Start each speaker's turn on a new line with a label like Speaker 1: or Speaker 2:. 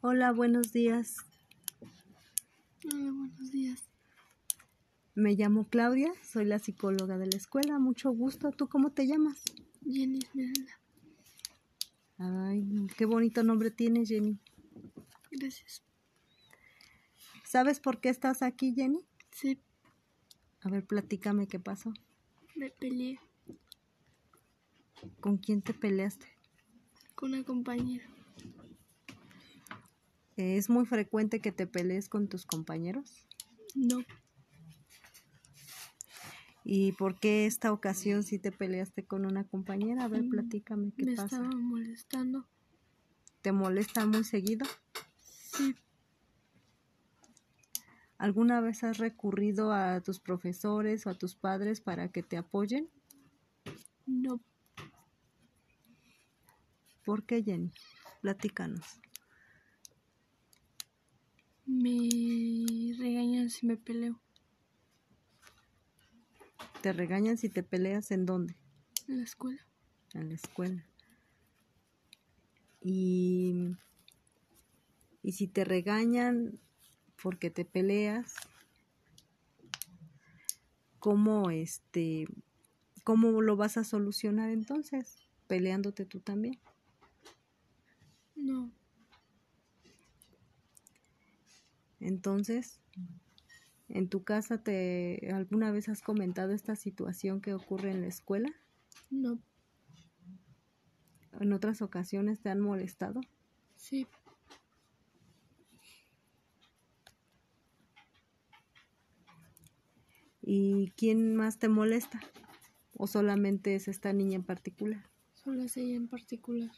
Speaker 1: Hola, buenos días.
Speaker 2: Hola, buenos días.
Speaker 1: Me llamo Claudia, soy la psicóloga de la escuela. Mucho gusto. ¿Tú cómo te llamas?
Speaker 2: Jenny Esmeralda.
Speaker 1: Ay, qué bonito nombre tienes, Jenny.
Speaker 2: Gracias.
Speaker 1: ¿Sabes por qué estás aquí, Jenny?
Speaker 2: Sí,
Speaker 1: A ver, platícame qué pasó.
Speaker 2: me peleé
Speaker 1: ¿Con quién te peleaste?
Speaker 2: con una compañera.
Speaker 1: Eh, ¿Es muy frecuente que te pelees con tus compañeros?
Speaker 2: No,
Speaker 1: ¿Y por qué esta ocasión sí te peleaste con una compañera? A ver,
Speaker 2: Mm,
Speaker 1: platícame qué
Speaker 2: me
Speaker 1: pasa.
Speaker 2: estaba molestando.
Speaker 1: ¿Te molesta muy seguido?
Speaker 2: Sí,
Speaker 1: ¿Alguna vez has recurrido a tus profesores o a tus padres para que te apoyen?
Speaker 2: no,
Speaker 1: ¿Por qué, Jenny? Platícanos.
Speaker 2: me regañan si me peleo
Speaker 1: ¿Te regañan si te peleas en dónde?
Speaker 2: en la escuela.
Speaker 1: En la escuela. Y, y si te regañan porque te peleas, ¿cómo, este, ¿cómo lo vas a solucionar entonces? ¿Peleándote tú también?
Speaker 2: No,
Speaker 1: Entonces, ¿en tu casa te alguna vez has comentado esta situación que ocurre en la escuela?
Speaker 2: no,
Speaker 1: ¿En otras ocasiones te han molestado?
Speaker 2: sí,
Speaker 1: ¿Y quién más te molesta? ¿O solamente es esta niña en particular?
Speaker 2: solo es ella en particular.